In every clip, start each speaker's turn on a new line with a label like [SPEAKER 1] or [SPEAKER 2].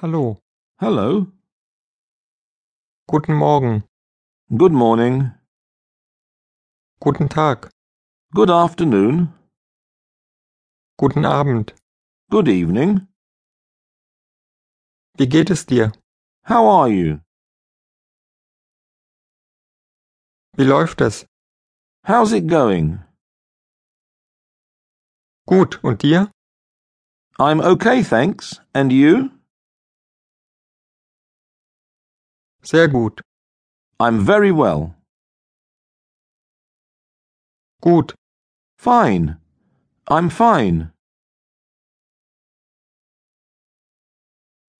[SPEAKER 1] Hallo.
[SPEAKER 2] Hello.
[SPEAKER 1] Guten Morgen.
[SPEAKER 2] Good morning.
[SPEAKER 1] Guten Tag.
[SPEAKER 2] Good afternoon.
[SPEAKER 1] Guten Abend.
[SPEAKER 2] Good evening.
[SPEAKER 1] Wie geht es dir?
[SPEAKER 2] How are you?
[SPEAKER 1] Wie läuft es?
[SPEAKER 2] How's it going?
[SPEAKER 1] Gut. Und dir?
[SPEAKER 2] I'm okay, thanks. And you?
[SPEAKER 1] Sehr gut.
[SPEAKER 2] I'm very well.
[SPEAKER 1] Gut.
[SPEAKER 2] Fine. I'm fine.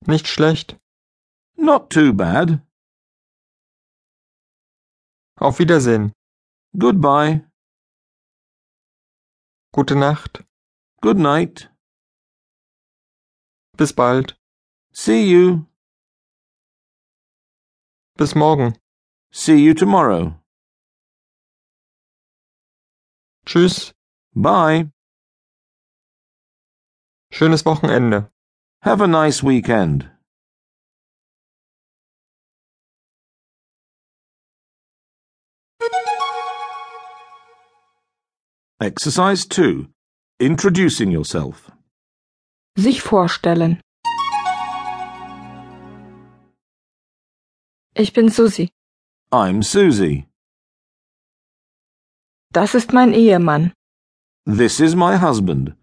[SPEAKER 1] Nicht schlecht.
[SPEAKER 2] Not too bad.
[SPEAKER 1] Auf Wiedersehen.
[SPEAKER 2] Goodbye.
[SPEAKER 1] Gute Nacht.
[SPEAKER 2] Good night.
[SPEAKER 1] Bis bald.
[SPEAKER 2] See you.
[SPEAKER 1] Bis morgen.
[SPEAKER 2] See you tomorrow.
[SPEAKER 1] Tschüss.
[SPEAKER 2] Bye.
[SPEAKER 1] Schönes Wochenende.
[SPEAKER 2] Have a nice weekend. Exercise 2 Introducing yourself.
[SPEAKER 3] Sich vorstellen. Ich bin Susi.
[SPEAKER 2] I'm Susie.
[SPEAKER 3] Das ist mein Ehemann.
[SPEAKER 2] This is my husband.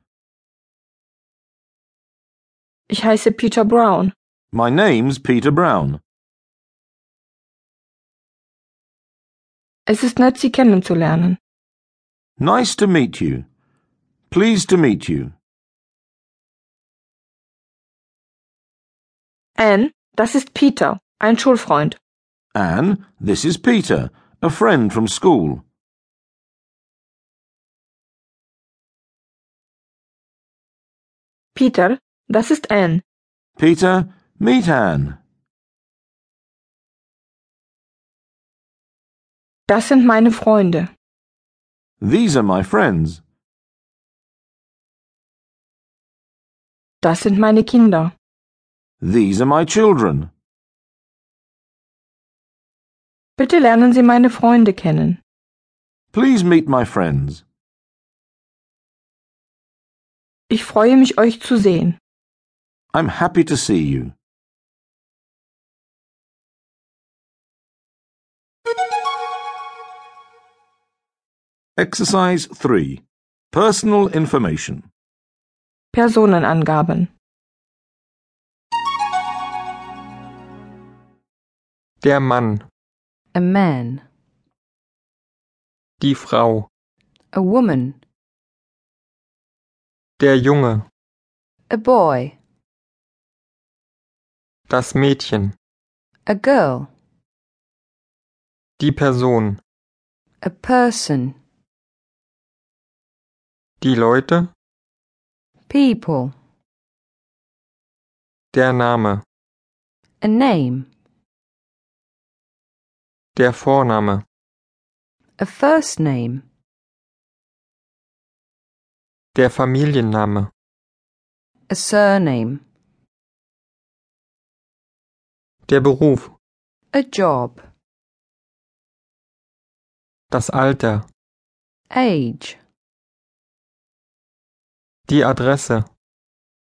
[SPEAKER 3] Ich heiße Peter Brown.
[SPEAKER 2] My name's Peter Brown.
[SPEAKER 3] Es ist nett, Sie kennenzulernen.
[SPEAKER 2] Nice to meet you. Pleased to meet you.
[SPEAKER 3] Anne, das ist Peter, ein Schulfreund.
[SPEAKER 2] Anne, this is Peter, a friend from school.
[SPEAKER 3] Peter, das ist Anne.
[SPEAKER 2] Peter, meet Anne.
[SPEAKER 3] Das sind meine Freunde.
[SPEAKER 2] These are my friends.
[SPEAKER 3] Das sind meine Kinder.
[SPEAKER 2] These are my children.
[SPEAKER 3] Bitte lernen Sie meine Freunde kennen.
[SPEAKER 2] Please meet my friends.
[SPEAKER 3] Ich freue mich, euch zu sehen.
[SPEAKER 2] I'm happy to see you. Exercise 3 Personal Information
[SPEAKER 3] Personenangaben.
[SPEAKER 1] Der Mann.
[SPEAKER 4] a man,
[SPEAKER 1] Die Frau.
[SPEAKER 4] a woman,
[SPEAKER 1] Der Junge.
[SPEAKER 4] a boy,
[SPEAKER 1] Das Mädchen.
[SPEAKER 4] a girl,
[SPEAKER 1] Die Person.
[SPEAKER 4] a person,
[SPEAKER 1] Die Leute.
[SPEAKER 4] people,
[SPEAKER 1] Der Name.
[SPEAKER 4] a name,
[SPEAKER 1] Der Vorname.
[SPEAKER 4] a first name,
[SPEAKER 1] Der Familienname.
[SPEAKER 4] a surname,
[SPEAKER 1] Der Beruf.
[SPEAKER 4] a job,
[SPEAKER 1] Das Alter.
[SPEAKER 4] age,
[SPEAKER 1] Die Adresse.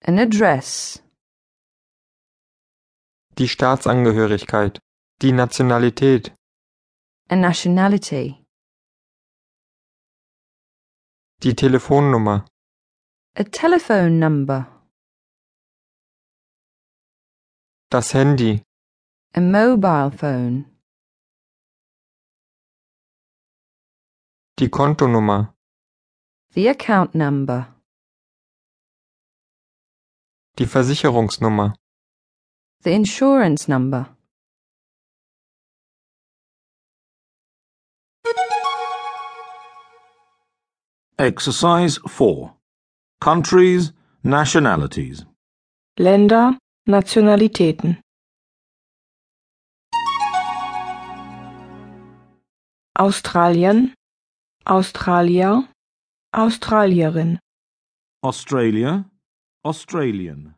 [SPEAKER 4] an address,
[SPEAKER 1] Die Staatsangehörigkeit. Die Nationalität.
[SPEAKER 4] a nationality,
[SPEAKER 1] Die Telefonnummer.
[SPEAKER 4] a telephone number,
[SPEAKER 1] Das Handy.
[SPEAKER 4] a mobile phone,
[SPEAKER 1] Die Kontonummer.
[SPEAKER 4] the account number,
[SPEAKER 1] Die Versicherungsnummer.
[SPEAKER 4] the insurance number,
[SPEAKER 2] Exercise 4 Countries, Nationalities
[SPEAKER 3] Länder, Nationalitäten. Australien, Australier, Australierin.
[SPEAKER 2] Australia, Australian